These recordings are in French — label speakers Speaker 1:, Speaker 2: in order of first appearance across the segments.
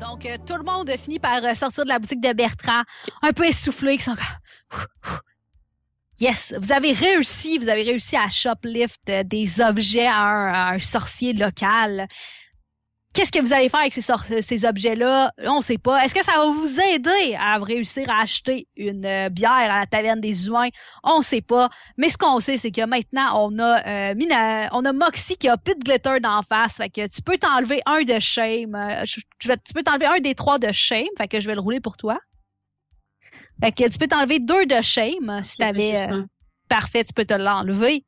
Speaker 1: Donc, euh, tout le monde finit par euh, sortir de la boutique de Bertrand, un peu essoufflé, qui sont comme. Ouf, ouf. Yes, vous avez réussi, vous avez réussi à shoplift euh, des objets à un, à un sorcier local. Qu'est-ce que vous allez faire avec ces, sor- ces objets-là? On sait pas. Est-ce que ça va vous aider à réussir à acheter une euh, bière à la taverne des humains? On sait pas. Mais ce qu'on sait, c'est que maintenant, on a, euh, Mina- on a Moxie qui a plus de glitter d'en face. Fait que tu peux t'enlever un de shame. Euh, je- je vais- tu peux t'enlever un des trois de shame. Fait que je vais le rouler pour toi. Fait que tu peux t'enlever deux de shame si t'avais... euh, parfait, tu peux te l'enlever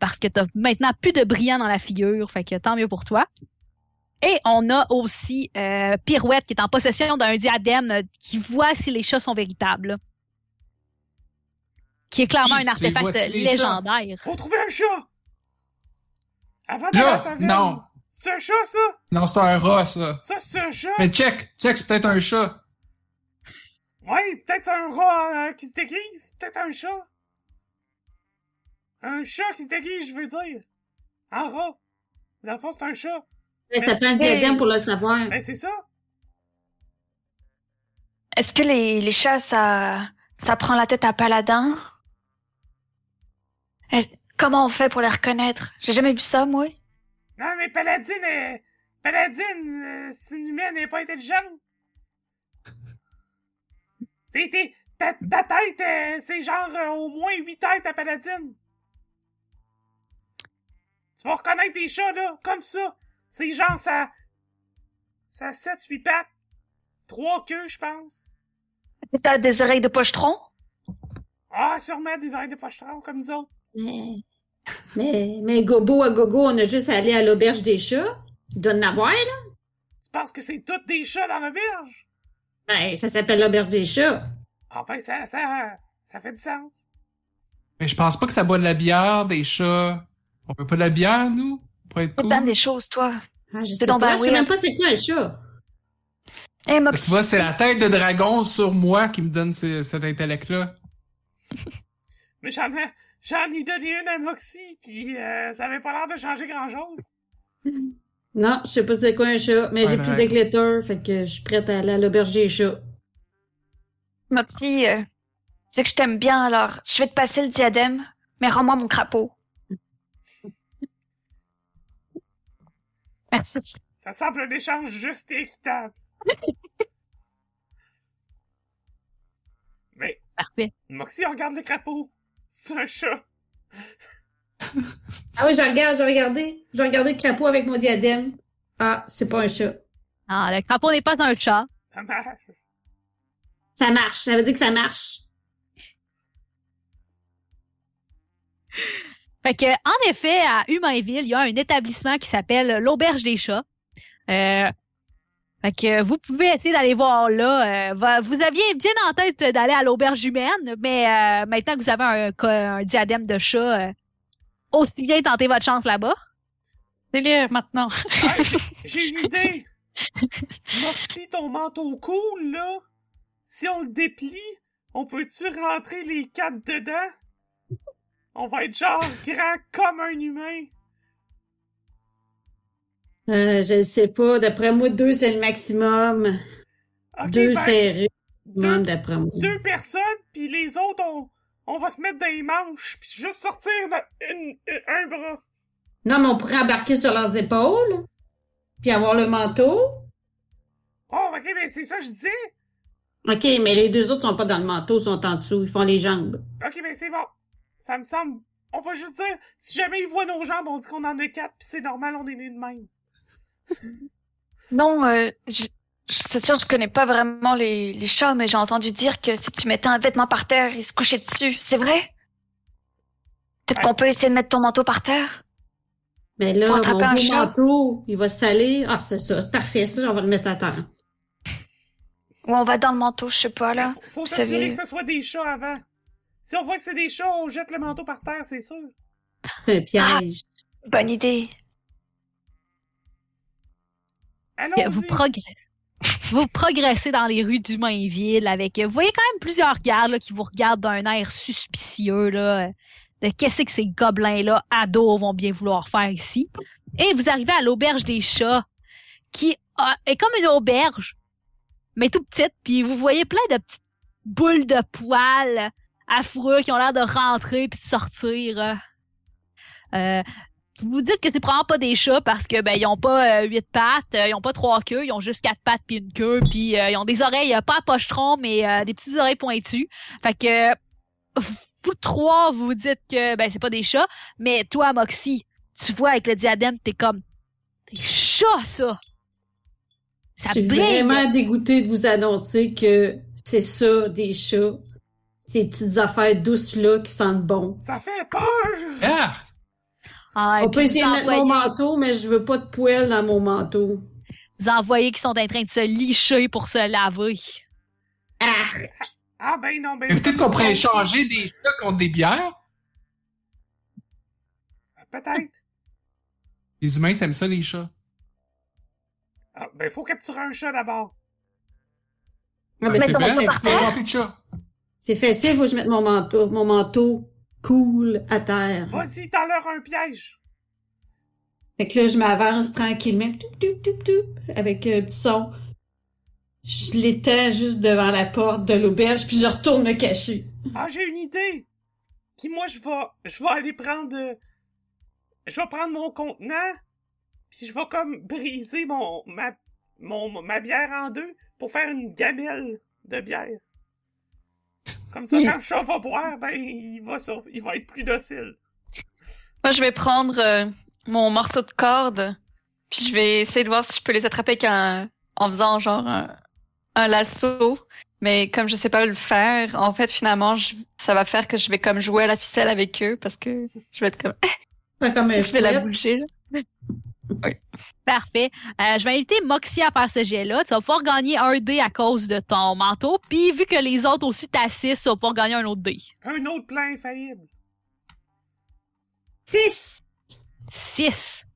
Speaker 1: parce que tu maintenant plus de brillant dans la figure, fait que tant mieux pour toi. Et on a aussi euh, Pirouette qui est en possession d'un diadème euh, qui voit si les chats sont véritables. Qui est clairement
Speaker 2: Hi,
Speaker 1: un
Speaker 2: tu
Speaker 1: artefact
Speaker 2: vois-tu les chats?
Speaker 1: légendaire.
Speaker 3: Faut trouver un chat! Avant d'aller à la
Speaker 2: Là,
Speaker 3: taverne!
Speaker 2: non.
Speaker 3: C'est un chat, ça?
Speaker 2: Non, c'est un rat, ça.
Speaker 3: Ça, c'est un chat?
Speaker 2: Mais check, check, c'est peut-être un chat.
Speaker 3: Ouais, peut-être c'est un rat euh, qui se déguise. C'est Peut-être un chat. Un chat qui se déguise, je veux dire. Un rat. Dans le fond, c'est un chat.
Speaker 4: Ça prend un diadème pour le savoir.
Speaker 3: Ben, c'est ça.
Speaker 5: Est-ce que les, les chats, ça, ça prend la tête à Paladin? Est- Comment on fait pour les reconnaître? J'ai jamais vu ça, moi.
Speaker 3: Non, mais Paladine, euh, Paladine, euh, c'est une humaine, elle est pas intelligente. C'était. Ta, ta tête, euh, c'est genre euh, au moins huit têtes à Paladine. Tu vas reconnaître tes chats, là, comme ça. C'est genre ça. Ça 7, 8 pattes. Trois queues, je pense.
Speaker 5: T'as des oreilles de pochetron?
Speaker 3: Ah, sûrement des oreilles de pochetron comme nous autres.
Speaker 4: Mais, mais, mais gobo à gogo, on a juste à aller à l'auberge des chats. Il doit en avoir, là.
Speaker 3: Tu penses que c'est toutes des chats dans l'auberge?
Speaker 4: Ben, ça s'appelle l'auberge des chats.
Speaker 3: Ah ben, ça, ça, ça fait du sens.
Speaker 2: Mais je pense pas que ça boit de la bière, des chats. On veut pas de la bière, nous? Pour être
Speaker 5: C'est
Speaker 2: cool.
Speaker 5: bien des choses, toi.
Speaker 4: Ah, je
Speaker 5: C'est
Speaker 4: sais
Speaker 5: donc
Speaker 4: pas,
Speaker 5: ben
Speaker 4: je sais même
Speaker 5: weird.
Speaker 4: pas c'est quoi un chat.
Speaker 5: Eh,
Speaker 2: Mais
Speaker 5: Moxie,
Speaker 2: Tu vois, c'est la tête de dragon sur moi qui me donne ce- cet intellect-là.
Speaker 3: Mais j'en ai, j'en ai donné une à Moxie, puis euh, ça avait pas l'air de changer grand-chose.
Speaker 4: Non, je sais pas c'est quoi un chat, mais
Speaker 2: Ouais,
Speaker 4: j'ai
Speaker 2: ben,
Speaker 4: plus de
Speaker 2: ouais.
Speaker 4: glitter, fait que je suis prête à aller à l'auberge des chats.
Speaker 5: ma petite, euh, tu sais que je t'aime bien, alors je vais te passer le diadème, mais rends-moi mon crapaud. Merci.
Speaker 3: Ça semble un échange juste et équitable. Mais
Speaker 1: Parfait.
Speaker 3: Moxie regarde le crapaud. C'est un chat.
Speaker 4: Ah oui, je regarde, je regardais. Je regardais le crapaud avec mon diadème. Ah, c'est pas un chat.
Speaker 1: Ah, le crapaud n'est pas un chat.
Speaker 3: Dommage.
Speaker 4: Ça marche, ça veut dire que ça marche.
Speaker 1: Fait que, en effet, à Humainville, il y a un établissement qui s'appelle l'Auberge des Chats. Euh, fait que vous pouvez essayer d'aller voir là. Euh, va- vous aviez bien en tête d'aller à l'Auberge humaine, mais euh, maintenant que vous avez un, co- un diadème de chat, euh, aussi bien tenter votre chance là-bas. C'est maintenant.
Speaker 3: Hey, J'ai une idée. Moxie, ton manteau cool, là. Si on le déplie, on peut-tu rentrer les quatre dedans? On va être genre grand comme un humain.
Speaker 4: Euh, je sais pas, d'après moi, deux, c'est le maximum.
Speaker 3: Ok,
Speaker 4: deux,
Speaker 3: ben,
Speaker 4: c'est le
Speaker 3: deux-
Speaker 4: maximum, d'après moi.
Speaker 3: deux personnes, puis les autres, on, on va se mettre dans les manches, puis juste sortir dans une- une- un bras.
Speaker 4: Non, mais on pourrait embarquer sur leurs épaules, puis avoir le manteau.
Speaker 3: Oh, ok, mais c'est ça que je disais.
Speaker 4: OK, mais les deux autres sont pas dans le manteau, sont en dessous, ils font les jambes.
Speaker 3: Ok, mais c'est bon. Ça me semble. On va juste dire, si jamais ils voient nos jambes, on dit qu'on en a quatre, puis c'est normal, on est nés de même.
Speaker 5: Non, euh, je- je- c'est sûr, je connais pas vraiment les, les chats, mais j'ai entendu dire que si tu mettais un vêtement par terre, ils se couchaient dessus. C'est vrai Peut-être
Speaker 3: Ouais.
Speaker 5: qu'on peut essayer de mettre ton manteau par terre
Speaker 4: Mais là,
Speaker 5: Faut
Speaker 4: mon
Speaker 5: attraper un
Speaker 4: beau
Speaker 5: chat.
Speaker 4: manteau, il va se salir. Ah, c'est ça, c'est parfait, ça, on va le mettre à terre.
Speaker 5: Ou on va dans le manteau, je sais pas, là.
Speaker 3: Faut- Faut
Speaker 5: Ah, Vous
Speaker 3: s'assurer
Speaker 5: savez-
Speaker 3: que ce soit des chats avant. Si on voit que c'est des chats, on jette le manteau par terre, c'est sûr.
Speaker 4: C'est un piège.
Speaker 5: Bonne idée.
Speaker 1: Que Vous
Speaker 3: Allons-y.
Speaker 1: progressez. Vous progressez dans les rues du Mainville avec. Vous voyez quand même plusieurs gardes là, qui vous regardent d'un air suspicieux là, de qu'est-ce que ces gobelins-là, ados, vont bien vouloir faire ici. Et vous arrivez à l'auberge des chats, qui a- est comme une auberge, mais tout petite. Puis vous voyez plein de petites boules de poils affreux qui ont l'air de rentrer puis de sortir. Euh, vous vous dites que c'est probablement pas des chats parce que ben ils ont pas euh, huit pattes, euh, ils ont pas trois queues, ils ont juste quatre pattes puis une queue, puis euh, ils ont des oreilles euh, pas à pochetron mais euh, des petites oreilles pointues. Fait que euh, vous trois vous dites que ben c'est pas des chats, mais toi Moxie, tu vois avec le diadème t'es comme des chats ça. Ça
Speaker 4: Je suis
Speaker 1: brille.
Speaker 4: vraiment dégoûtée de vous annoncer que c'est ça, des chats. Ces petites affaires douces-là qui sentent bon.
Speaker 3: Ça fait peur!
Speaker 2: Ah!
Speaker 1: Ah, et
Speaker 4: on
Speaker 1: puis
Speaker 4: peut
Speaker 1: vous
Speaker 4: essayer de mettre mon
Speaker 1: envoyez-
Speaker 4: manteau, mais je veux pas de poêle dans mon manteau.
Speaker 1: vous en voyez qui sont en train de se licher pour se laver.
Speaker 4: Ah!
Speaker 3: Ah ben non, ben...
Speaker 2: Mais peut-être qu'on pourrait échanger des chats contre des bières.
Speaker 3: Peut-être.
Speaker 2: Les humains, ça aime ça, les chats.
Speaker 3: Ah, ben faut capturer un chat d'abord.
Speaker 4: Ah, ben,
Speaker 5: Mais
Speaker 4: c'est
Speaker 5: ça va
Speaker 2: bien,
Speaker 5: pas
Speaker 2: il
Speaker 5: par
Speaker 2: faut
Speaker 5: terre.
Speaker 2: inventer de chats.
Speaker 4: C'est facile, faut que je mette mon manteau, mon manteau cool à terre.
Speaker 3: Vas-y, t'en leur un piège.
Speaker 4: Fait que là, je m'avance tranquillement, toup, toup, toup, toup, avec un petit son. Je l'étends juste devant la porte de l'auberge, puis je retourne me cacher.
Speaker 3: Ah, j'ai une idée. Puis moi, je vais, je vais aller prendre, euh, je vais prendre mon contenant, puis je vais comme briser mon ma, mon ma bière en deux pour faire une gamelle de bière. Comme ça,
Speaker 4: Oui.
Speaker 3: quand le chat va boire, ben il va sur- il va être plus docile.
Speaker 6: Moi, je vais prendre euh, mon morceau de corde, puis je vais essayer de voir si je peux les attraper avec un- en faisant genre un, un lasso. Mais comme je sais pas le faire, en fait, finalement, je- ça va faire que je vais comme jouer à la ficelle avec eux parce que je vais être comme,
Speaker 4: Pas comme un
Speaker 6: je vais la
Speaker 4: fouet.
Speaker 6: bouger. là.
Speaker 1: Parfait. Euh, je vais inviter Moxie à faire ce jet-là. Tu vas pouvoir gagner un dé à cause de ton manteau. Puis vu que les autres aussi t'assistent, tu vas pouvoir gagner un autre dé.
Speaker 3: Un autre plan infaillible.
Speaker 4: Six!
Speaker 1: 6.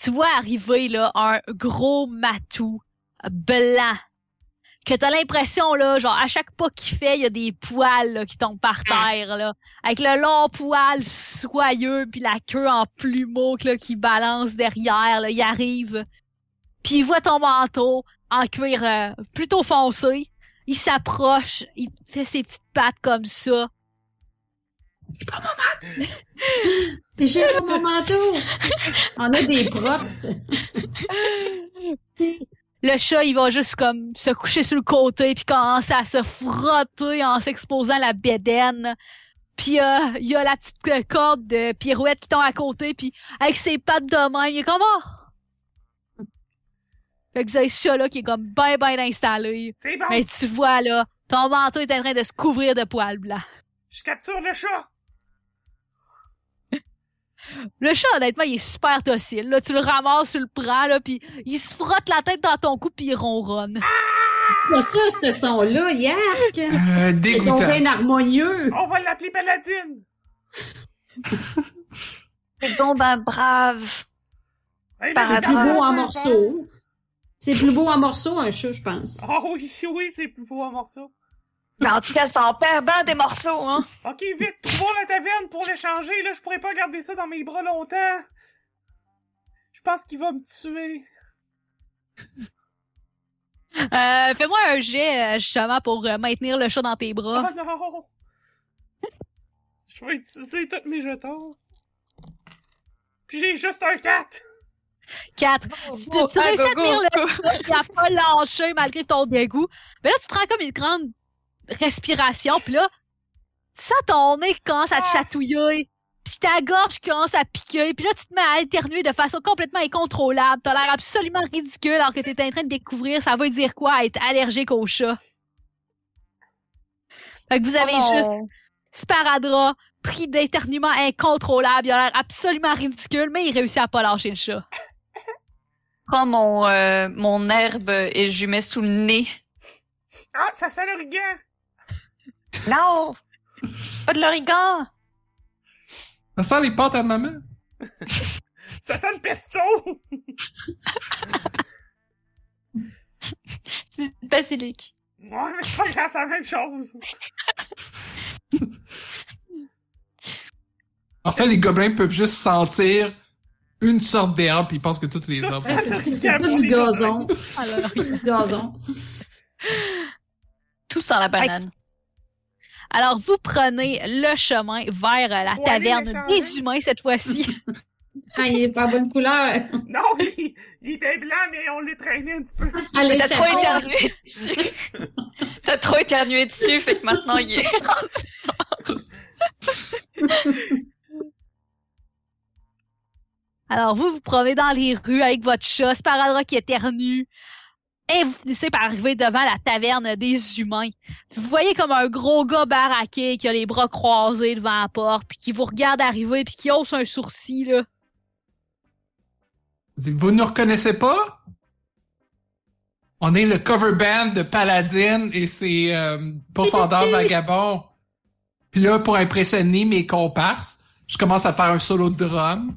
Speaker 1: Tu vois arriver là un gros matou blanc que t'as l'impression là, genre à chaque pas qu'il fait, il y a des poils là, qui tombent par terre là, avec le long poil soyeux puis la queue en plumeau là, qui balance derrière, là, il arrive. Puis il voit ton manteau en cuir euh, plutôt foncé, il s'approche, il fait ses petites pattes comme ça.
Speaker 4: Déjà pas mon manteau! On a des props.
Speaker 1: le chat, il va juste comme se coucher sur le côté puis commencer à se frotter en s'exposant la bédaine. Puis euh, il y a la petite euh, corde de pirouette qui tombe à côté puis avec ses pattes de main, il est comme oh! Fait que vous avez ce chat là qui est comme ben ben installé.
Speaker 3: C'est bon.
Speaker 1: Mais tu vois là, ton manteau est en train de se couvrir de poils blancs.
Speaker 3: Je capture le chat.
Speaker 1: Le chat, honnêtement, il est super docile. Là, tu le ramasses, tu le prends là, puis il se frotte la tête dans ton cou puis il ronronne.
Speaker 4: Pas ça, ce son-là, yark!
Speaker 2: Euh,
Speaker 4: C'est donc
Speaker 2: dégoûtant.
Speaker 4: bien harmonieux!
Speaker 3: On va l'appeler Paladine.
Speaker 5: C'est donc ben brave.
Speaker 3: Hey,
Speaker 5: Par
Speaker 3: mais
Speaker 4: C'est
Speaker 5: Ah,
Speaker 4: plus
Speaker 5: ah,
Speaker 4: beau
Speaker 3: quand
Speaker 4: en
Speaker 3: même un peu
Speaker 4: morceaux. C'est plus beau en morceaux, un chat, je pense.
Speaker 3: peur. Ah oui, oui, c'est plus beau en morceaux.
Speaker 5: Mais en tout cas, ça en perd ben des morceaux, hein.
Speaker 3: Ok, vite, trouvons la taverne pour l'échanger. Là, je pourrais pas garder ça dans mes bras longtemps. Je pense qu'il va me tuer.
Speaker 1: Euh, fais-moi un jet euh, justement pour euh, maintenir le chat dans tes
Speaker 3: Oh
Speaker 1: bras.
Speaker 4: Ah.
Speaker 3: non! Je vais utiliser tous mes jetons. Puis j'ai juste un 4!
Speaker 1: 4. Tu, tu
Speaker 6: Ah,
Speaker 1: réussis à
Speaker 6: gogo.
Speaker 1: tenir le chat, il a pas lâché malgré ton dégoût. Mais là, tu prends comme une grande respiration, puis là, tu sens ton nez qui commence à te
Speaker 3: Ah.
Speaker 1: chatouiller, puis ta gorge qui commence à piquer, puis là, tu te mets à alterner de façon complètement incontrôlable. T'as l'air absolument ridicule alors que t'es en train de découvrir ça veut dire quoi être allergique au chat. Fait que vous avez
Speaker 5: Oh.
Speaker 1: juste sparadrap, pris d'éternuement incontrôlable. Il a l'air absolument ridicule, mais il réussit à pas lâcher le chat.
Speaker 6: prends mon, euh, mon herbe et je lui mets sous le nez.
Speaker 3: Ah, ça sent l'origan!
Speaker 5: Non!
Speaker 6: Pas de l'origan!
Speaker 2: Ça sent les pâtes à maman.
Speaker 3: Ça sent le pesto!
Speaker 6: C'est du basilic.
Speaker 3: Ouais, mais c'est pas grave, c'est la même chose!
Speaker 2: En fait, les gobelins peuvent juste sentir une sorte d'herbe, puis ils pensent que toutes les
Speaker 3: Tout
Speaker 2: herbes.
Speaker 3: ça.
Speaker 2: sont-
Speaker 4: C'est c'est- c'est pas du gazon. C'est du gazon.
Speaker 6: Tout sans la banane.
Speaker 1: Alors, vous prenez le chemin vers euh, la
Speaker 3: Faut aller
Speaker 1: taverne
Speaker 3: l'échanger.
Speaker 1: des humains cette fois-ci.
Speaker 4: Ah, il est pas bonne couleur.
Speaker 3: Non, il, il était blanc, mais on l'a traîné un petit peu.
Speaker 4: Allez,
Speaker 6: T'as trop
Speaker 4: chapeau.
Speaker 6: éternué dessus. T'as trop éternué dessus, fait que maintenant il est.
Speaker 1: Alors, vous vous promenez dans les rues avec votre chat, sparadrap qui éternue. Et vous finissez par arriver devant la taverne des humains. Vous voyez comme un gros gars baraqué qui a les bras croisés devant la porte, puis qui vous regarde arriver, puis qui hausse un sourcil, là.
Speaker 2: Il dit, Vous ne nous reconnaissez pas? On est le cover band de Paladin et ses euh, profondeurs vagabonds. Puis là, pour impressionner mes comparses, je commence à faire un solo de drum.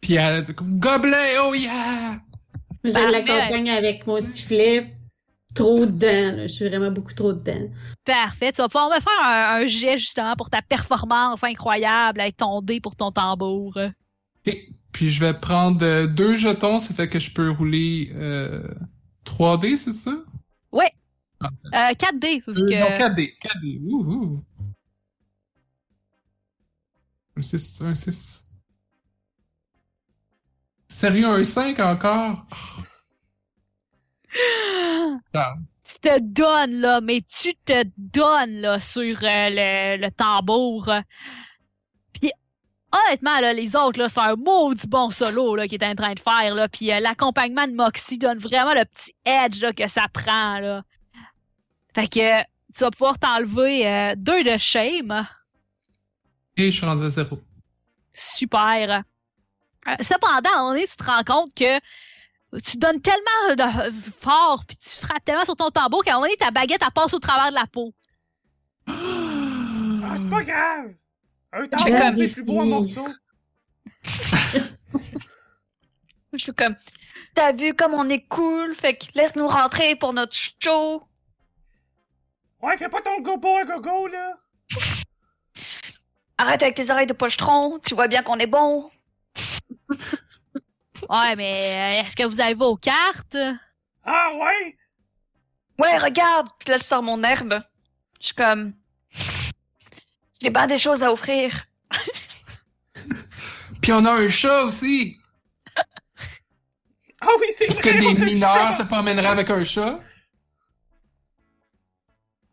Speaker 2: Puis elle dit comme, Gobelin, oh yeah!
Speaker 4: Je l'accompagne avec mon sifflet. Trop dedans, là. Je suis vraiment beaucoup trop dedans.
Speaker 1: Parfait. Tu vas pouvoir me faire un, un jet, justement, pour ta performance incroyable avec ton dé pour ton tambour. Euh,
Speaker 2: Ok. Puis je vais prendre euh, deux jetons, ça fait que je peux rouler euh, 3D, c'est ça?
Speaker 1: Euh, 4 dés, vu
Speaker 2: Euh,
Speaker 1: que...
Speaker 2: Non, 4D, 4D, wouhou! Un 6, un 6. Sérieux, un 5 encore? Ah.
Speaker 1: tu te donnes là, mais tu te donnes là sur euh, le, le tambour. Puis honnêtement là, les autres là, c'est un maudit bon solo là qui est en train de faire là. Puis euh, l'accompagnement de Moxie donne vraiment le petit edge là que ça prend là. Fait que euh, tu vas pouvoir t'enlever euh, deux de shame.
Speaker 2: Et je suis rendu à 0.
Speaker 1: Super. Euh, Cependant, on est, tu te rends compte que tu donnes tellement de- fort, puis tu frappes tellement sur ton tambour qu'à un moment donné, ta baguette, elle passe au travers de la peau.
Speaker 3: Ah, c'est pas grave! Un temps,
Speaker 4: Belle
Speaker 3: c'est plus beau en
Speaker 4: défi.
Speaker 3: morceaux.
Speaker 6: Je suis comme.
Speaker 5: T'as vu comme on est cool, fait que laisse-nous rentrer pour notre show.
Speaker 3: Ouais, fais pas ton gobo à gogo, là!
Speaker 5: Arrête avec tes oreilles de pochetron, tu vois bien qu'on est bon.
Speaker 1: Ouais, mais euh, est-ce que vous avez vos cartes?
Speaker 3: Ah ouais?
Speaker 5: Ouais, regarde!
Speaker 6: Puis là, je sors mon herbe. Je suis comme.
Speaker 5: J'ai bien des choses à offrir.
Speaker 2: Puis on a un chat aussi!
Speaker 3: Ah oui, c'est
Speaker 2: Est-ce
Speaker 3: vrai,
Speaker 2: que des
Speaker 3: on a-
Speaker 2: mineurs se promèneraient avec un chat?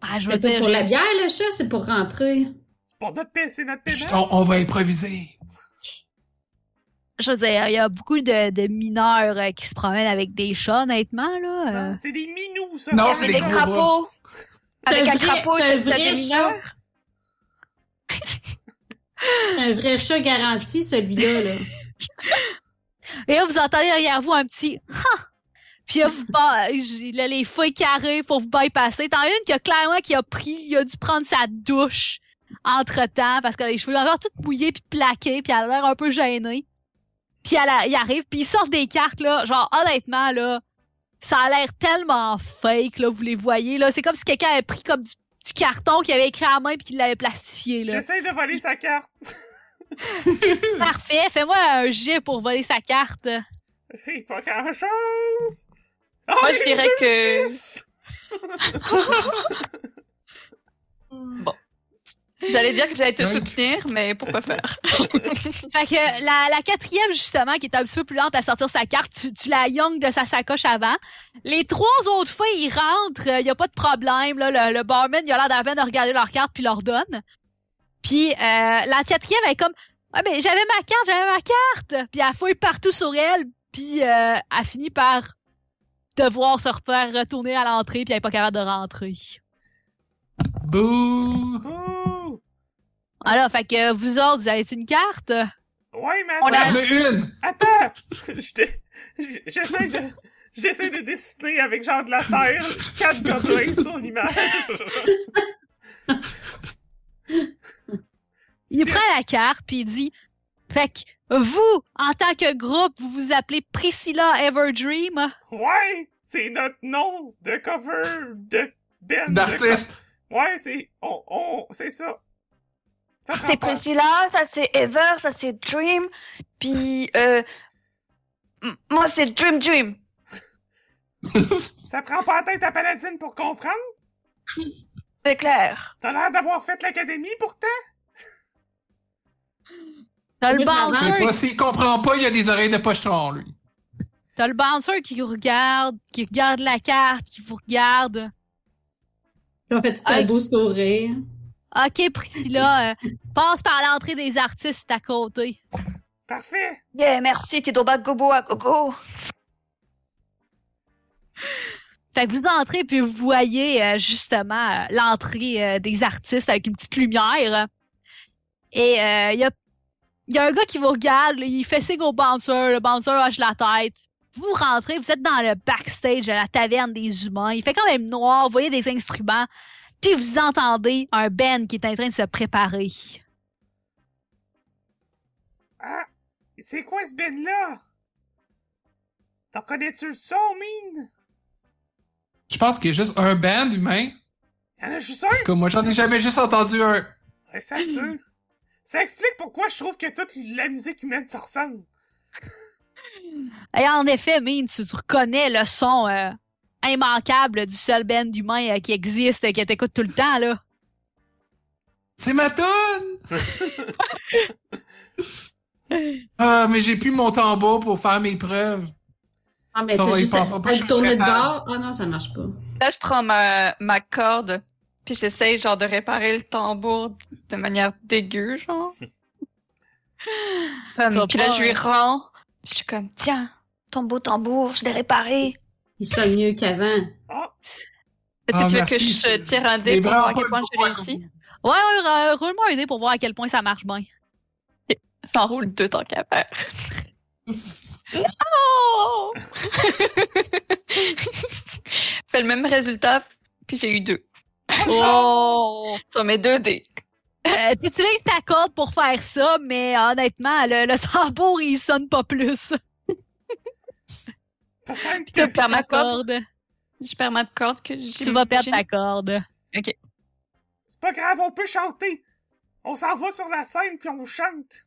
Speaker 1: Ah, je veux
Speaker 4: C'est pas
Speaker 1: dire,
Speaker 4: pour
Speaker 1: j'ai-
Speaker 4: la bière, le chat, c'est pour rentrer.
Speaker 3: C'est pour notre paix, c'est notre
Speaker 2: Chut,
Speaker 3: paiement.
Speaker 2: on, on va improviser.
Speaker 1: je veux dire, il y a beaucoup de, de mineurs euh, qui se promènent avec des chats, honnêtement, là. euh.
Speaker 3: C'est des minous, ça!
Speaker 2: Non,
Speaker 3: Ah,
Speaker 2: c'est
Speaker 3: mais
Speaker 2: des
Speaker 5: des
Speaker 2: gros
Speaker 5: crapauds. Avec
Speaker 4: C'est
Speaker 5: un
Speaker 4: vrai-
Speaker 5: crapaud,
Speaker 4: c'est un
Speaker 5: t'as
Speaker 4: vrai
Speaker 5: des
Speaker 4: chat.
Speaker 5: mineurs.
Speaker 4: C'est un vrai chat garanti, celui-là, là.
Speaker 1: Et là, vous entendez derrière vous un petit « Ha! » Puis là, vous, ba- j- là, les feuilles carrées pour vous bypasser. T'en as une qui a clairement qui a pris, il a dû prendre sa douche entre-temps parce que les cheveux encore tout mouillés puis plaqués puis elle a l'air un peu gênée. Puis elle a- il arrive, puis il sort des cartes, là. Genre, honnêtement, là, ça a l'air tellement fake, là, vous les voyez, là. C'est comme si quelqu'un avait pris comme du, du carton qu'il avait écrit à la main puis qu'il l'avait plastifié, là.
Speaker 3: J'essaie de voler sa carte.
Speaker 1: Parfait, fais-moi un jet pour voler sa carte. euh,
Speaker 3: J'ai pas grand chose! Ah,
Speaker 6: Moi, je
Speaker 3: j'ai
Speaker 6: dirais que.
Speaker 3: six!
Speaker 6: J'allais dire que j'allais te
Speaker 2: Donc.
Speaker 6: soutenir, mais pourquoi faire?
Speaker 1: Fait que la, la quatrième, justement, qui est un petit peu plus lente à sortir sa carte, tu, tu la yonges de sa sacoche avant. Les trois autres fois, ils rentrent, il n'y a pas de problème. Là, le, le barman, il a l'air d'à peine de regarder leur carte puis leur donne. Puis euh, la quatrième, elle est comme « Ouais, mais j'avais ma carte, j'avais ma carte! » Puis elle fouille partout sur elle, puis euh, elle finit par devoir se refaire retourner à l'entrée puis elle est pas capable de rentrer.
Speaker 2: Bouh!
Speaker 3: Ouh!
Speaker 1: Alors, fait que vous autres, vous avez une carte?
Speaker 3: Ouais, mais
Speaker 5: On
Speaker 3: attends,
Speaker 2: On a une!
Speaker 3: attends! Je te- je- J'essaie de... J'essaie de dessiner avec genre de la terre quatre gobelins sur l'image.
Speaker 1: Il
Speaker 3: C'est-
Speaker 1: prend la carte puis il dit Fait que vous, en tant que groupe, vous vous appelez Priscilla Everdream.
Speaker 3: Ouais! C'est notre nom de cover de Ben.
Speaker 2: D'artiste!
Speaker 3: Ouais, c'est... On, on, c'est ça. Ça prend
Speaker 5: C'est
Speaker 3: pas.
Speaker 5: Priscilla, ça c'est Ever, ça c'est Dream, puis euh, m- moi c'est Dream Dream.
Speaker 3: Ça prend pas la tête à Paladine pour comprendre.
Speaker 5: C'est clair.
Speaker 3: T'as l'air d'avoir fait l'académie pourtant.
Speaker 1: T'as le
Speaker 4: Oui, maman.
Speaker 2: Je sais
Speaker 1: bouncer,
Speaker 2: pas s'il comprend pas, il a des oreilles de pochetron, lui.
Speaker 1: t'as le bouncer qui vous regarde, qui regarde la carte, qui vous regarde.
Speaker 4: Puis on fait tout un
Speaker 1: Aïe.
Speaker 4: beau sourire.
Speaker 1: Ok, Priscilla, euh, passe par l'entrée des artistes à côté.
Speaker 3: Parfait.
Speaker 5: Yeah, merci, t'es Doba Gobo à gogo.
Speaker 1: Fait que vous entrez puis vous voyez euh, justement euh, l'entrée euh, des artistes avec une petite lumière. Et il y, a, y a un gars qui vous regarde, là, il fait signe au bouncer, le bouncer hoche la tête. Vous rentrez, vous êtes dans le backstage de la taverne des humains. Il fait quand même noir, vous voyez des instruments. Puis vous entendez un Ben qui est en train de se préparer.
Speaker 3: Ah, c'est quoi ce Ben là? T'en connais-tu le son, mine?
Speaker 2: Je pense qu'il y a juste un band humain.
Speaker 3: Y'en a juste
Speaker 2: Parce
Speaker 3: un?
Speaker 2: que moi, j'en ai jamais juste entendu un.
Speaker 3: Ouais, ça se peut. Ça explique pourquoi je trouve que toute la musique humaine se ressemble.
Speaker 1: Et en effet, Mine, tu, tu reconnais le son euh, immanquable du seul Ben d'humain euh, qui existe, euh, qui t'écoute tout le temps, là.
Speaker 2: C'est ma toune! ah, mais j'ai plus mon tambour pour faire mes preuves.
Speaker 4: Ah, mais
Speaker 2: Ça, on
Speaker 4: t'as
Speaker 2: y
Speaker 4: juste à,
Speaker 2: pensera pas,
Speaker 4: à
Speaker 2: je
Speaker 4: le tourner de
Speaker 2: serais
Speaker 4: bord. Ah non, ça marche pas.
Speaker 6: Là, je prends ma, ma corde, puis j'essaye genre de réparer le tambour de manière dégueu, genre. Comme,
Speaker 1: Tu vas
Speaker 6: puis là,
Speaker 1: pas,
Speaker 6: je lui
Speaker 1: euh,
Speaker 6: rends.
Speaker 5: Je suis comme, tiens, ton beau tambour, je l'ai réparé.
Speaker 4: Il sonne mieux qu'avant.
Speaker 6: Est-ce
Speaker 2: Ah,
Speaker 6: que tu veux
Speaker 2: merci,
Speaker 6: que je
Speaker 2: c'est-
Speaker 6: tire un
Speaker 2: c'est
Speaker 6: dé pour voir à
Speaker 2: vraiment
Speaker 6: quel
Speaker 2: pas
Speaker 6: point
Speaker 2: le
Speaker 6: j'ai
Speaker 2: bon
Speaker 6: réussi?
Speaker 1: Ouais, ouais, euh, roule-moi un dé pour voir à quel point ça marche bien.
Speaker 6: J'enroule deux tant qu'à faire. Oh! Fait le même résultat, puis j'ai eu deux.
Speaker 1: Oh!
Speaker 6: Sur mes deux dés.
Speaker 1: Euh, tu utilises ta corde pour faire ça, mais euh, honnêtement, le, le tambour, il sonne pas plus.
Speaker 3: Peut-être
Speaker 1: Tu
Speaker 3: que...
Speaker 1: perds
Speaker 6: ma
Speaker 1: ta
Speaker 6: corde.
Speaker 1: corde.
Speaker 6: Je perds ma corde que j'ai.
Speaker 1: Tu vas perdre ta corde.
Speaker 3: C'est pas grave, on peut chanter. On s'en va sur la scène puis on vous chante.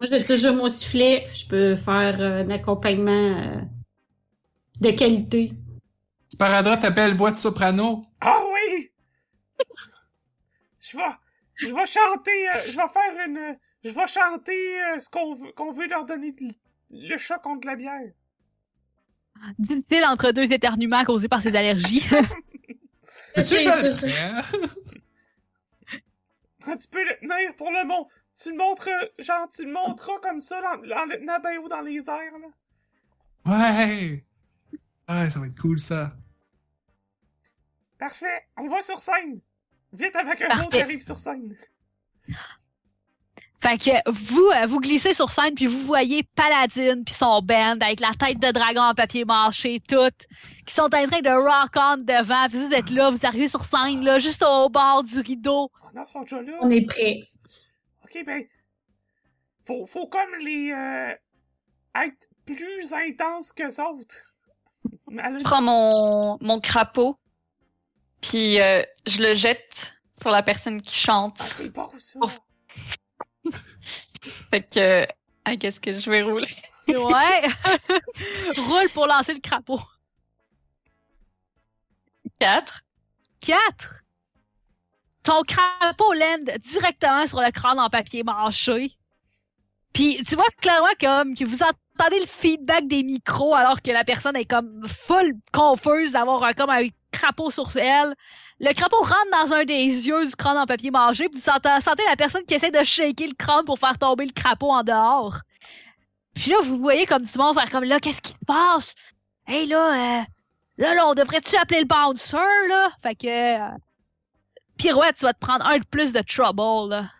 Speaker 4: Moi, j'ai toujours mon sifflet. Je peux faire euh, un accompagnement euh, de qualité.
Speaker 2: Sparadra t'appelle voix de soprano.
Speaker 3: Ah oui! Je vais, je vais chanter, euh, je vais faire une, je vais chanter euh, ce qu'on veut, qu'on veut leur donner de l- le chat contre la bière.
Speaker 1: Difficile entre deux éternuements causés par ses allergies.
Speaker 2: Peux-tu que je le
Speaker 4: J'ai-
Speaker 2: prenne?
Speaker 3: Quand tu peux le tenir pour le mont, tu le montres, euh, genre tu le montreras comme ça en, en le tenant bien haut dans les airs là.
Speaker 2: Ouais! Ouais, ça va être cool, ça.
Speaker 3: Parfait, on va sur scène. Vite avec eux
Speaker 1: Parfait.
Speaker 3: autres, j'arrive sur scène.
Speaker 1: fait que vous, euh, vous glissez sur scène, puis vous voyez Paladine, puis son band, avec la tête de dragon en papier mâché, toutes, qui sont en train de rock on devant. Puis vous êtes là, vous arrivez sur scène, là, juste au bord du rideau.
Speaker 3: Oh non, ils sont déjà là.
Speaker 4: On est prêt.
Speaker 3: Ok, ben. Faut, faut comme les. euh, être plus intense que les autres.
Speaker 6: Je prends mon, mon crapaud, puis euh, je le jette pour la personne qui
Speaker 3: Ah,
Speaker 6: chante.
Speaker 3: c'est bon ça.
Speaker 6: Oh. Fait que, ah, qu'est-ce que je vais rouler?
Speaker 1: Ouais. Roule pour lancer le crapaud.
Speaker 6: 4.
Speaker 1: 4. Ton crapaud land directement sur le crâne en papier mâché. Puis tu vois clairement comme que vous entendez le feedback des micros alors que la personne est comme full confuse d'avoir un, comme un crapaud sur elle. Le crapaud rentre dans un des yeux du crâne en papier mâché, puis vous sentez, sentez la personne qui essaie de shaker le crâne pour faire tomber le crapaud en dehors. Puis là, vous voyez comme du monde faire comme là, qu'est-ce qui se passe? Hey là, euh, Là, là, on devrait-tu appeler le bouncer, là? Fait que... euh, Pirouette, tu vas te prendre un de plus de trouble, là.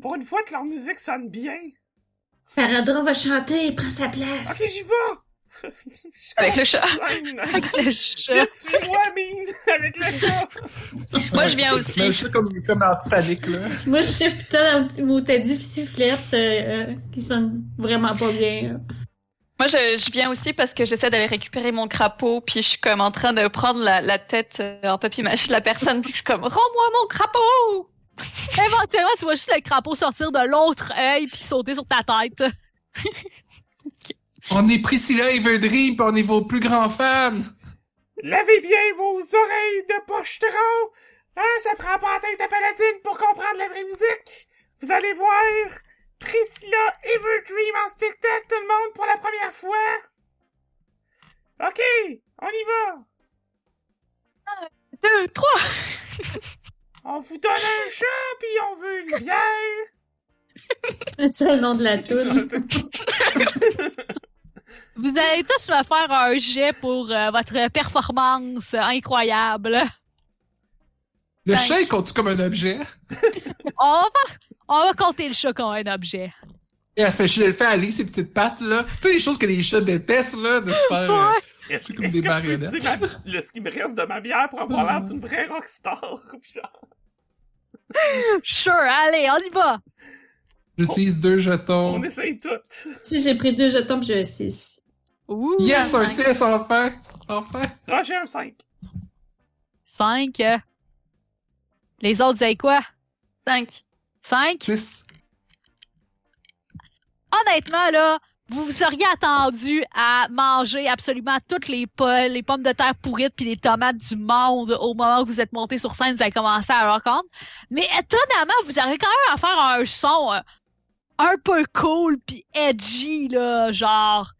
Speaker 3: Pour une fois que leur musique sonne bien.
Speaker 4: Paradon va chanter, prends sa
Speaker 3: Ok,
Speaker 4: place.
Speaker 3: j'y vais! Je
Speaker 6: Avec le chat.
Speaker 3: commence la scène.
Speaker 1: Le chat.
Speaker 3: Vite, suis-moi, Amine! Avec le chat!
Speaker 6: Moi, je viens
Speaker 2: Mais
Speaker 6: aussi.
Speaker 2: c'est Ben, comme, comme dans Titanic, là.
Speaker 4: Moi, je chiffre tout le temps dans le petit mot t'as dit sifflette euh, euh, qui sonne vraiment pas bien. là.
Speaker 6: Moi, je, je viens aussi parce que j'essaie d'aller récupérer mon crapaud, puis je suis comme en train de prendre la, la tête euh, en papier mâché de la personne, puis je suis comme rends-moi mon crapaud.
Speaker 1: Éventuellement, tu vois juste le crapaud sortir de l'autre œil puis sauter sur ta tête.
Speaker 2: On est Priscilla et Veudry, pis on est vos plus grands fans.
Speaker 3: Lavez bien vos oreilles de pocheterons! Hein, ça prend pas la tête de paladine pour comprendre la vraie musique! Vous allez voir Priscilla Everdream en spectacle, tout le monde, pour la première fois! Ok, on y va!
Speaker 6: Deux, trois.
Speaker 3: On vous donne un chat, puis on veut une bière!
Speaker 4: C'est le nom de la toune.
Speaker 1: Vous allez tous me faire un jet pour euh, votre performance incroyable.
Speaker 2: Le
Speaker 1: Cinq.
Speaker 2: chat, il compte comme un objet?
Speaker 1: On va, on va compter le chat comme un objet.
Speaker 2: Et elle fait, je le fais aller, ses petites pattes, là. Tu sais, les choses que les chats détestent, là, de se faire... euh,
Speaker 3: Est-ce que,
Speaker 2: Comme
Speaker 3: est-ce
Speaker 2: des
Speaker 3: que je peux
Speaker 2: marionnettes.
Speaker 3: utiliser ma- le, ce qui me reste de ma bière pour avoir l'air d'une vraie rockstar? genre?
Speaker 1: Sure, allez, on y va.
Speaker 2: J'utilise deux jetons.
Speaker 3: on essaye tout!
Speaker 4: Si j'ai pris deux jetons, puis j'ai un 6.
Speaker 1: Ouh,
Speaker 2: Yes, un 6, enfin! Enfin!
Speaker 3: Ah, j'ai un 5.
Speaker 1: 5. Les autres, vous avez quoi?
Speaker 6: Cinq.
Speaker 1: 5?
Speaker 2: 6.
Speaker 1: Honnêtement, là, vous vous seriez attendu à manger absolument toutes les pommes, les pommes de terre pourrites puis les tomates du monde au moment où vous êtes monté sur scène, vous avez commencé à leur compte. Mais étonnamment, vous arrivez quand même à faire un son euh, un peu cool puis edgy, là, genre.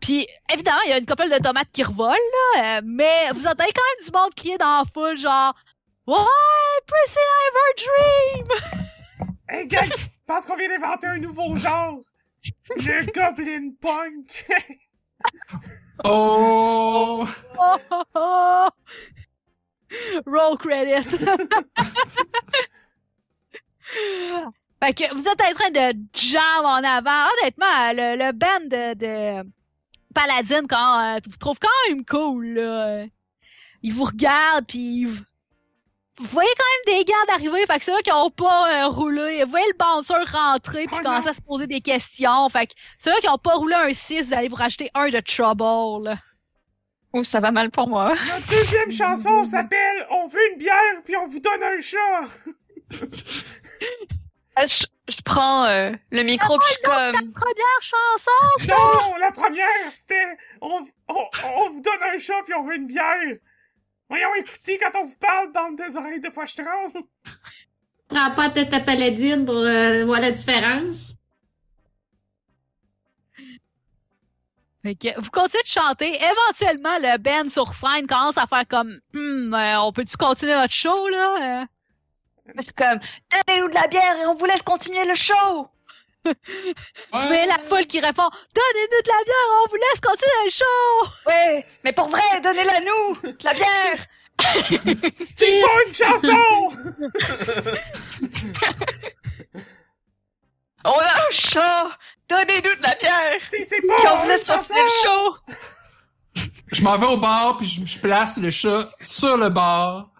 Speaker 1: Puis, évidemment, il y a une couple de tomates qui revolent, là, euh, mais vous entendez quand même du monde crier dans la foule, genre « Ouais, Priscilla Everdream! »
Speaker 3: Hey, gars, je pense qu'on vient d'inventer un nouveau genre. Le Goblin Punk.
Speaker 2: Oh!
Speaker 1: Oh, oh, oh. Roll credit. fait que vous êtes en train de jam en avant. Honnêtement, le, le band de, de Paladin, quand, euh, vous trouve quand même cool. Là. Ils vous regardent, puis ils vous- vous voyez quand même des gardes arriver, fait que ceux-là qui ont pas euh, roulé, vous voyez le bouncer rentrer, puis
Speaker 3: Oh
Speaker 1: commencer à se poser des questions. Fait que ceux-là qui ont pas roulé un 6, vous allez vous racheter un de trouble. là.
Speaker 6: Ouh, ça va mal pour moi.
Speaker 3: Notre deuxième chanson s'appelle On veut une bière puis on vous donne un chat.
Speaker 6: Ah, Je, je prends euh, le
Speaker 5: Ah,
Speaker 6: micro, puis je suis comme
Speaker 1: Première chanson!
Speaker 3: Non, la première c'était on, on, on vous donne un chat puis on veut une bière. Voyons écoutez quand on vous parle dans des oreilles de pochetron.
Speaker 4: Prends Ah, pas tête à paladine pour euh, voir la différence.
Speaker 1: Fait que vous continuez de chanter. Éventuellement, le band sur scène commence à faire comme Hum, euh, on peut-tu continuer notre show, là? Euh,
Speaker 6: je suis comme
Speaker 5: Donnez-nous de la bière et on vous laisse continuer le show.
Speaker 1: Vous voyez la foule qui répond Donnez-nous de la bière, on vous laisse continuer le show!
Speaker 5: Ouais, mais pour vrai, donnez-la nous, de la bière.
Speaker 3: C'est pas une chanson.
Speaker 6: on a un chat, donnez-nous de la bière,
Speaker 3: C'est c'est
Speaker 6: puis on
Speaker 3: pas
Speaker 6: vous
Speaker 3: une
Speaker 6: laisse
Speaker 3: chanson.
Speaker 6: continuer Oh, le show.
Speaker 2: Je m'en vais au bar, puis je, je place le chat sur le bar.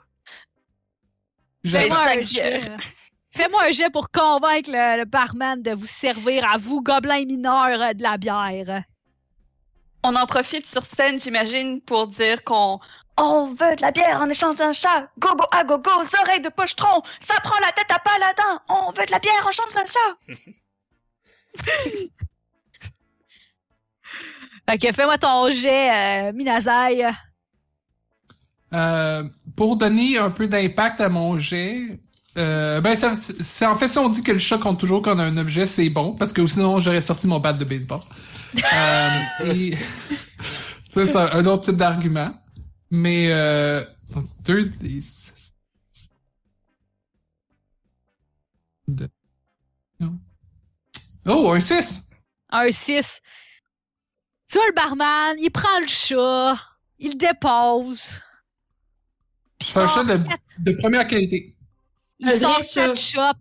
Speaker 2: J'ai-
Speaker 6: Ben,
Speaker 1: Fais-moi
Speaker 6: cinq
Speaker 1: un jet.
Speaker 6: bières.
Speaker 1: euh, Fais-moi un jet pour convaincre le, le barman de vous servir à vous, gobelins mineurs, euh, de la bière.
Speaker 6: On en profite sur scène, j'imagine, pour dire qu'on
Speaker 5: On veut de la bière en échange d'un chat. Go go ah, go go, aux oreilles de pochetron. Ça prend la tête à paladin. On veut de la bière en échange d'un chat.
Speaker 1: Fait que fais-moi ton jet, euh, Minazai.
Speaker 2: Euh, pour donner un peu d'impact à mon jet, euh, ben ça, c'est en fait si on dit que le chat compte toujours qu'on a un objet, c'est bon parce que sinon j'aurais sorti mon bat de baseball. Euh, et- ça c'est un, un autre type d'argument, mais euh, donc, deux des six- deux- non. Oh un 6!
Speaker 1: Un 6. Tu vois le barman, il prend le chat, il le dépose. Puis
Speaker 2: C'est un
Speaker 1: son-
Speaker 2: chat de, de première qualité.
Speaker 1: Ils
Speaker 4: Un
Speaker 1: sont
Speaker 4: vrai
Speaker 1: shop.
Speaker 4: chat.
Speaker 1: shop.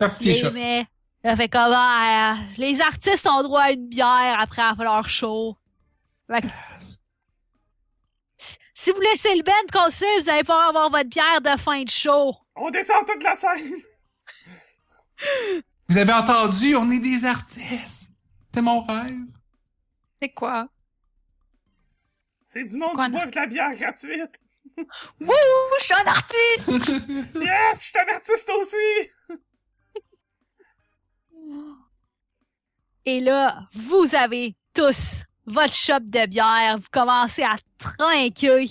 Speaker 2: Certifié
Speaker 1: Mais,
Speaker 2: shot.
Speaker 1: mais, elle fait comme, ah, euh, les artistes ont droit à une bière après avoir fait leur show. Fait que- Si- si vous laissez le band continuer, vous allez pas avoir votre bière de fin de show.
Speaker 3: On descend toute la scène.
Speaker 2: Vous avez entendu, on est des artistes. C'est mon rêve.
Speaker 6: C'est quoi?
Speaker 3: C'est du monde
Speaker 6: Quoi,
Speaker 3: qui
Speaker 6: non?
Speaker 3: boit de la bière gratuite.
Speaker 5: Wouh, je suis un artiste!
Speaker 3: Yes, je suis un artiste aussi.
Speaker 1: Et là, vous avez tous votre shop de bière. Vous commencez à trinquer.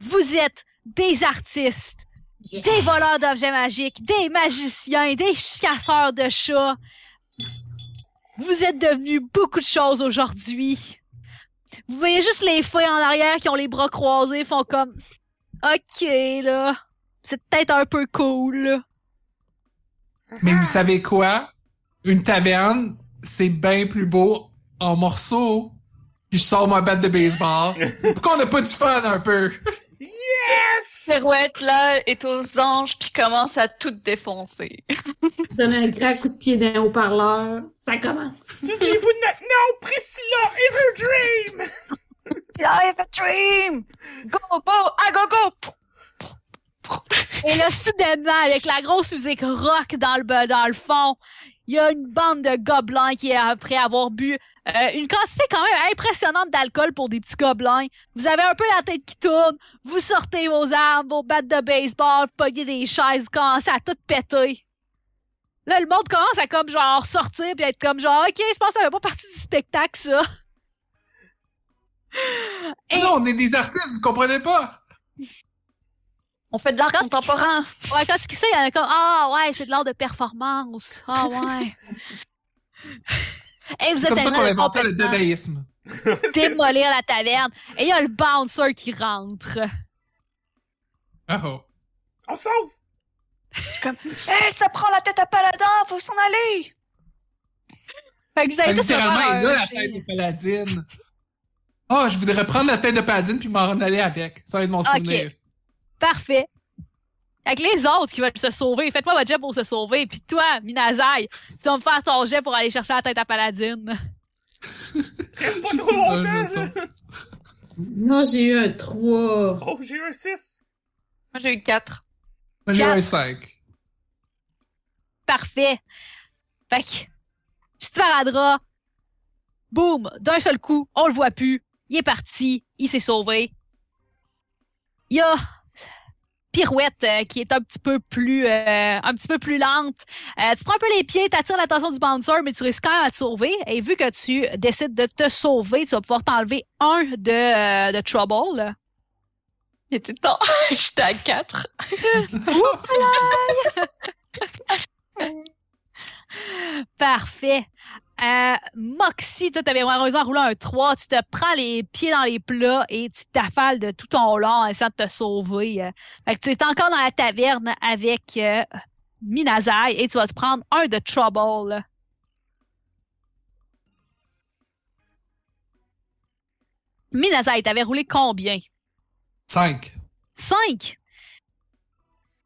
Speaker 1: Vous êtes des artistes, des voleurs d'objets magiques, des magiciens, des chasseurs de chats. Vous êtes devenus beaucoup de choses aujourd'hui. Vous voyez juste les feuilles en arrière qui ont les bras croisés, font comme OK là, c'est peut-être un peu cool. là.
Speaker 2: Mais vous savez quoi? Une taverne, c'est bien plus beau en morceaux. Je sors ma batte de baseball. Pourquoi on n'a pas du fun un peu?
Speaker 3: Yes.
Speaker 6: Pirouette, là, est aux anges puis commence à tout défoncer.
Speaker 4: Tu donnes un grand coup de pied d'un haut-parleur. Ça commence.
Speaker 3: Souvenez-vous de notre nom, Priscilla Everdream.
Speaker 5: I have a dream! Go, go, ah, go, go!
Speaker 1: Et là, soudainement, avec la grosse musique rock dans le, be- dans le fond, il y a une bande de gobelins qui, après avoir bu euh, une quantité quand même impressionnante d'alcool pour des petits gobelins, vous avez un peu la tête qui tourne, vous sortez vos armes, vos battes de baseball, vous pognez des chaises, vous commencez à tout péter. Là, le monde commence à comme genre sortir puis être comme genre, ok, je pense que ça fait pas partie du spectacle, ça. Et-
Speaker 2: Non, on est des artistes, vous comprenez pas?
Speaker 6: On fait de l'art
Speaker 1: Quand-
Speaker 6: contemporain.
Speaker 1: Ouais, quand tu dis ça, il y en a comme Ah ouais, c'est de l'art de performance. Ah ouais. Et vous êtes
Speaker 2: C'est comme ça
Speaker 1: en
Speaker 2: qu'on
Speaker 1: train de
Speaker 2: inventait le
Speaker 1: complètement
Speaker 2: dadaïsme.
Speaker 1: démolir la taverne. Et il y a le bouncer qui rentre.
Speaker 2: Oh oh.
Speaker 3: On sauve.
Speaker 5: Hey, Eh, ça prend la tête à Paladin, faut s'en aller!
Speaker 1: Fait que vous avez tous à
Speaker 2: Ben, littéralement,
Speaker 1: faire
Speaker 2: il a
Speaker 1: un
Speaker 2: la
Speaker 1: jet.
Speaker 2: tête de Paladine. Oh, je voudrais prendre la tête de Paladine puis m'en aller avec. Ça va être mon
Speaker 1: Ok.
Speaker 2: souvenir.
Speaker 1: Parfait. Avec les autres qui veulent se sauver, faites-moi votre jet pour se sauver. Puis toi, Minazai, tu vas me faire ton jet pour aller chercher la tête à Paladine.
Speaker 3: Reste pas trop longtemps.
Speaker 4: Non, j'ai eu un 3.
Speaker 3: Oh, j'ai eu un 6.
Speaker 6: Moi, j'ai eu quatre.
Speaker 2: Moi, j'ai
Speaker 1: Quatre.
Speaker 2: un 5.
Speaker 1: Parfait. Fait que, petite paradra, boum, d'un seul coup, on le voit plus. Il est parti, il s'est sauvé. Il y a Pirouette euh, qui est un petit peu plus, euh, un petit peu plus lente. Euh, tu prends un peu les pieds, t'attires l'attention du bouncer, mais tu risques quand même à te sauver. Et vu que tu décides de te sauver, tu vas pouvoir t'enlever un de, euh, de trouble.
Speaker 6: Il était temps. J'étais à quatre.
Speaker 1: Parfait. Euh, Moxie, toi, t'avais malheureusement roulé un 3. Tu te prends les pieds dans les plats et tu t'affales de tout ton long en essayant de te sauver. euh. Fait que tu es encore dans la taverne avec euh, Minazai et tu vas te prendre un de Trouble. là. Minazai, t'avais roulé combien?
Speaker 2: 5.
Speaker 1: 5.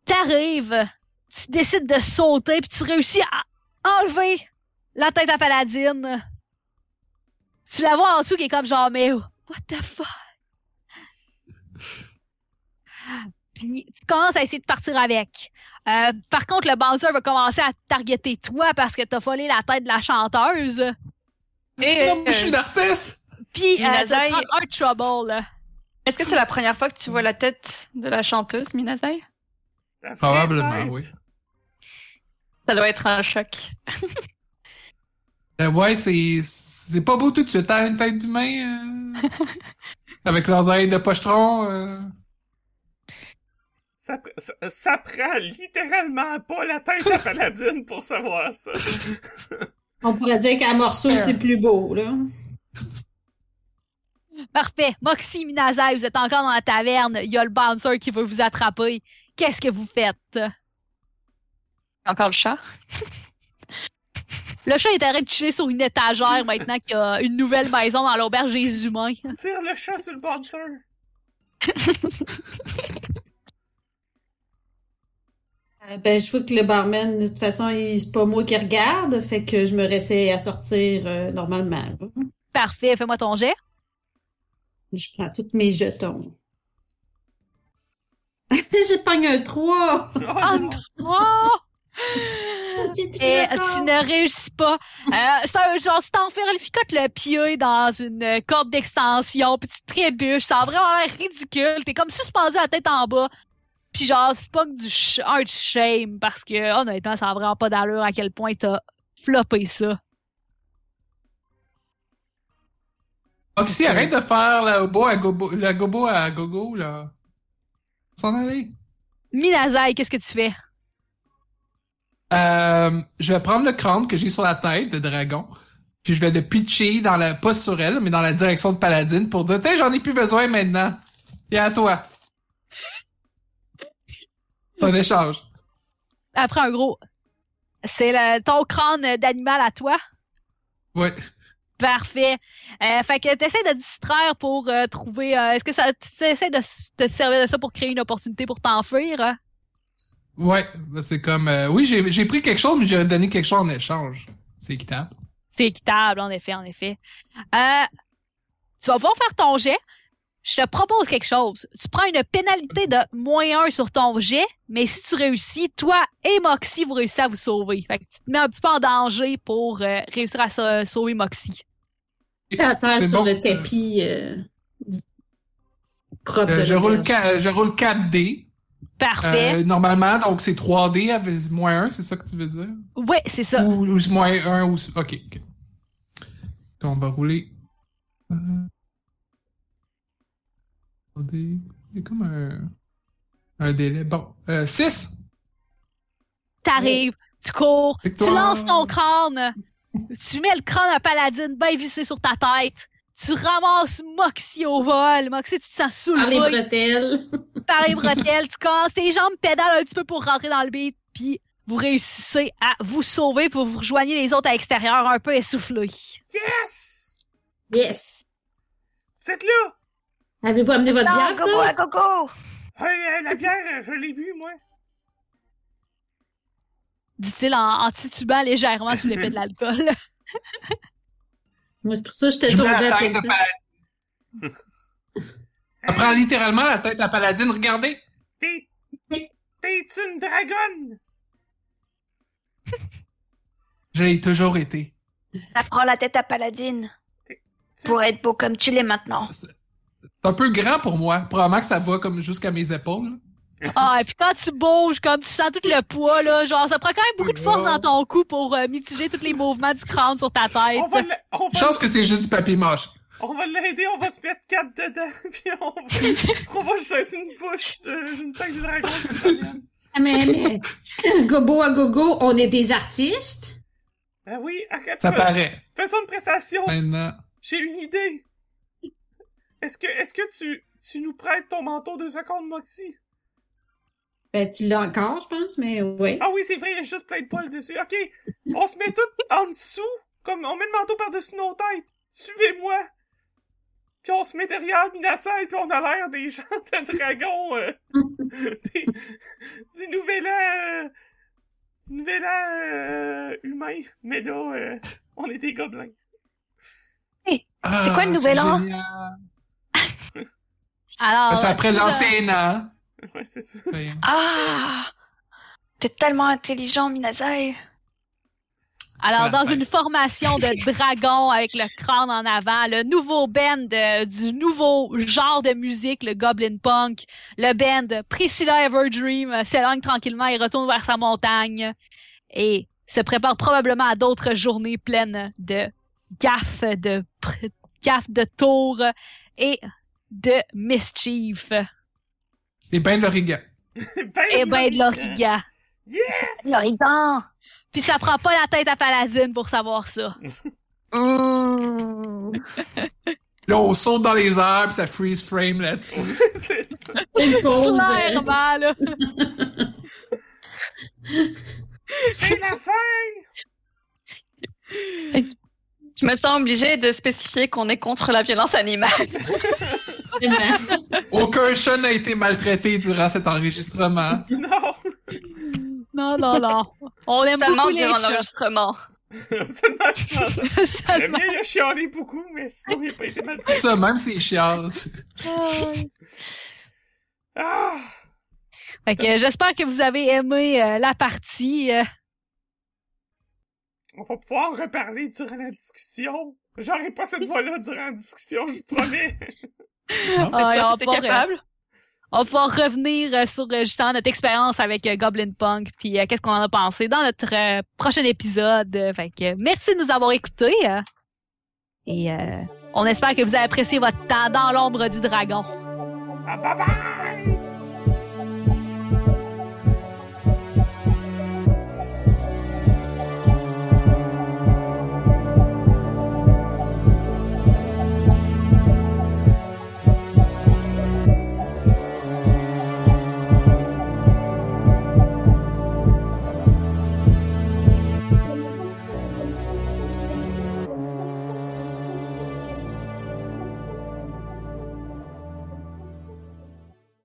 Speaker 1: T'arrives, tu décides de sauter, puis tu réussis à enlever la tête à Paladine. Tu la vois en dessous qui est comme genre, mais what the fuck? Puis tu commences à essayer de partir avec. Euh, par contre, le bouncer va commencer à te targeter toi parce que t'as volé la tête de la chanteuse.
Speaker 6: Et,
Speaker 1: Euh,
Speaker 6: euh,
Speaker 2: Non, mais je suis une artiste!
Speaker 1: Puis euh, tu vas te
Speaker 6: Minazai-
Speaker 1: prendre un trouble. là.
Speaker 6: Est-ce que c'est la première fois que tu vois la tête de la chanteuse, Minazai?
Speaker 3: La vraie
Speaker 2: Probablement,
Speaker 3: tête.
Speaker 2: oui.
Speaker 6: Ça doit être un choc.
Speaker 2: Euh, ouais, c'est, c'est pas beau tout de suite, hein, une tête d'humain. euh, avec leurs oreilles de pochetron. euh.
Speaker 3: Ça, pr- ça, ça prend littéralement pas la tête à Paladine pour savoir ça.
Speaker 4: On pourrait dire qu'à morceau, c'est plus beau, là.
Speaker 1: Parfait. Moxie, Minazai, vous êtes encore dans la taverne. Il y a le bouncer qui veut vous attraper. Qu'est-ce que vous faites?
Speaker 6: Encore le chat?
Speaker 1: Le chat est arrêté de chiller sur une étagère maintenant qu'il y a une nouvelle maison dans l'auberge des humains.
Speaker 3: Tire le chat sur le bouncer.
Speaker 4: Euh, ben, je vois que le barman, de toute façon, il- c'est pas moi qui regarde, fait que je me restais à sortir euh, normalement. là.
Speaker 1: Parfait, fais-moi ton jet.
Speaker 4: Je prends tous mes jetons. J'ai pogné un 3!
Speaker 3: Oh,
Speaker 1: Ah,
Speaker 3: non.
Speaker 1: Oh!
Speaker 4: J'ai plus de
Speaker 1: Et Eh,
Speaker 4: jetons.
Speaker 1: tu ne réussis pas. Euh, c'est un genre, tu t'enferlificotes le pied dans une corde d'extension, puis tu trébuches. Ça a vraiment l'air ridicule. T'es comme suspendu à la tête en bas. Puis genre, c'est pas que du sh- un du shame, parce que honnêtement, ça a vraiment pas d'allure à quel point t'as floppé ça.
Speaker 2: Oxy, Ah, arrête de faire la gobo à gobo, la gobo à gogo, là. S'en aller.
Speaker 1: Minazai, qu'est-ce que tu fais?
Speaker 2: Euh, je vais prendre le crâne que j'ai sur la tête de dragon, puis je vais le pitcher dans la, pas sur elle, mais dans la direction de Paladine pour dire, Tiens, j'en ai plus besoin maintenant. Et à toi. Ton échange.
Speaker 1: Après un gros... C'est le- ton crâne d'animal à toi?
Speaker 2: Ouais.
Speaker 1: Parfait. Euh, fait que t'essaies de te distraire pour euh, trouver. euh, Est-ce que ça t'essaies de s- de te servir de ça pour créer une opportunité pour t'enfuir? hein?
Speaker 2: Ouais. ben, C'est comme, euh, oui, j'ai j'ai pris quelque chose, mais j'ai donné quelque chose en échange. C'est équitable.
Speaker 1: C'est équitable, en effet, en effet. Euh, tu vas pouvoir faire ton jet. Je te propose quelque chose. Tu prends une pénalité de moins 1 sur ton jet, mais si tu réussis, toi et Moxie, vous réussissez à vous sauver. Fait que tu te mets un petit peu en danger pour euh, réussir à sa- sauver Moxie.
Speaker 4: à terre
Speaker 2: C'est
Speaker 4: sur
Speaker 2: bon.
Speaker 4: le tapis euh, du- propre.
Speaker 2: Euh,
Speaker 4: de
Speaker 2: je, roule
Speaker 4: l'auberge.
Speaker 2: qua- je roule 4D.
Speaker 1: Parfait.
Speaker 2: Euh, normalement, donc c'est 3D avec moins 1, c'est ça que tu veux dire?
Speaker 1: Ouais, c'est ça.
Speaker 2: Ou, ou c'est moins 1 ou. c'est- Ok. ok. On va rouler. Euh, 3D. Il y a comme un. Un délai. Bon. euh, 6.
Speaker 1: T'arrives, tu cours,
Speaker 2: Victoire.
Speaker 1: tu lances ton crâne, tu mets le crâne à paladine bien vissé sur ta tête, tu ramasses Moxie au vol. Moxie, tu te sens
Speaker 4: Par les
Speaker 1: soulevé
Speaker 4: bretelles.
Speaker 1: par les bretelles, tu casses tes jambes, pédales un petit peu pour rentrer dans le beat, puis vous réussissez à vous sauver pour vous rejoignez les autres à l'extérieur un peu essoufflés.
Speaker 3: Yes!
Speaker 4: Yes!
Speaker 3: Vous êtes là!
Speaker 4: Avez-vous amené votre
Speaker 5: Non,
Speaker 4: bière,
Speaker 5: gogo à
Speaker 4: ça?
Speaker 5: gogo!
Speaker 3: Hey, hey, la bière, je l'ai vue, moi.
Speaker 1: Dit-il en, en titubant légèrement sous l'effet de l'alcool.
Speaker 4: Moi, c'est pour ça que j'étais
Speaker 2: Je mets
Speaker 4: tombée
Speaker 2: la
Speaker 4: à
Speaker 2: tête de
Speaker 4: côté.
Speaker 2: Paladine. Ça prend littéralement la tête à Paladine. Regardez.
Speaker 3: T'es. T'es une dragonne!
Speaker 2: Je l'ai toujours été.
Speaker 5: Ça prend la tête à Paladine. Pour être beau comme tu l'es maintenant.
Speaker 2: C'est c'est un peu grand pour moi. Probablement que ça va comme jusqu'à mes épaules.
Speaker 1: Ah, et puis quand tu bouges, comme tu sens tout le poids, là, genre, ça prend quand même beaucoup de force dans ton cou pour euh, mitiger tous les mouvements du crâne sur ta tête.
Speaker 3: On va l'a- on
Speaker 2: Je
Speaker 3: va-
Speaker 2: pense que c'est juste du papier mâche.
Speaker 3: on va l'aider, on va se mettre quatre dedans, puis on va, on va chasser une bouche d'une tête de dragon. qui traîne.
Speaker 4: Ah, mais, mais, Gobo à gogo, on est des artistes?
Speaker 3: Ben oui, arrête
Speaker 2: Ça
Speaker 3: pas.
Speaker 2: paraît.
Speaker 3: Faisons une prestation.
Speaker 2: Maintenant.
Speaker 3: J'ai une idée. Est-ce que, est-ce que tu, tu nous prêtes ton manteau deux secondes, Moxie?
Speaker 4: Ben, tu l'as encore, je pense, mais oui.
Speaker 3: Ah oui, c'est vrai, il y a juste plein de poils dessus. Ok, on se met tout en dessous, comme on met le manteau par-dessus nos têtes. Suivez-moi. Puis on se met derrière Minasai, puis on a l'air des gens de dragon euh, des- du nouvel an, euh, du nouvel an euh, humain. Mais là, euh, on est des gobelins.
Speaker 2: Ah, C'est
Speaker 5: quoi le nouvel an?
Speaker 1: Alors,
Speaker 2: Ah,
Speaker 1: euh,
Speaker 2: C'est après
Speaker 1: si je-
Speaker 2: l'ancien an.
Speaker 3: Ouais, c'est ça.
Speaker 2: Ça y est.
Speaker 5: Ah! T'es tellement intelligent, Minazai.
Speaker 1: Alors,
Speaker 2: Ça va
Speaker 1: dans une formation de dragons avec le crâne en avant, le nouveau band euh, du nouveau genre de musique, le Goblin Punk, le band Priscilla Everdream euh, s'éloigne tranquillement et retourne vers sa montagne et se prépare probablement à d'autres journées pleines de gaffes, de pr- gaffes de tours et de mischief.
Speaker 2: Et ben l'origan.
Speaker 3: Ben,
Speaker 1: Et ben de
Speaker 3: là,
Speaker 1: l'origan.
Speaker 3: Yes!
Speaker 5: L'horizon!
Speaker 1: Puis ça prend pas la tête à Paladine pour savoir ça.
Speaker 2: Là, on saute dans les airs, puis ça freeze frame là-dessus.
Speaker 3: hein. c'est ça.
Speaker 4: Une pause. euh,
Speaker 1: Clairement, là.
Speaker 3: C'est la fin!
Speaker 6: Je me sens obligée de spécifier qu'on est contre la violence animale.
Speaker 4: vraiment.
Speaker 2: Aucun chat n'a été maltraité durant cet enregistrement.
Speaker 3: Non!
Speaker 1: Non, non, non. On aime
Speaker 6: Seulement
Speaker 1: beaucoup les
Speaker 6: durant
Speaker 1: chats.
Speaker 6: l'enregistrement.
Speaker 3: Seulement, je- le
Speaker 1: Seulement.
Speaker 3: mien, il a chialé beaucoup, mais sinon, il a pas été mal pris.
Speaker 2: Ça, même c'est chiant.
Speaker 3: Ah!
Speaker 1: Fait que, euh, j'espère que vous avez aimé euh, la partie. euh,
Speaker 3: On va pouvoir reparler durant la discussion. J'aurai pas cette voix-là durant la discussion, je vous promets.
Speaker 1: ah,
Speaker 6: Ça,
Speaker 1: et on, va
Speaker 6: t'es
Speaker 1: pouvoir, euh,
Speaker 6: capable?
Speaker 1: on va pouvoir revenir euh, sur euh, justement notre expérience avec euh, Goblin Punk, puis euh, qu'est-ce qu'on en a pensé dans notre euh, prochain épisode. Euh, Fait que, euh, merci de nous avoir écoutés. euh, et euh, on espère que vous avez apprécié votre temps dans l'ombre du dragon.
Speaker 3: Ah, bye bye!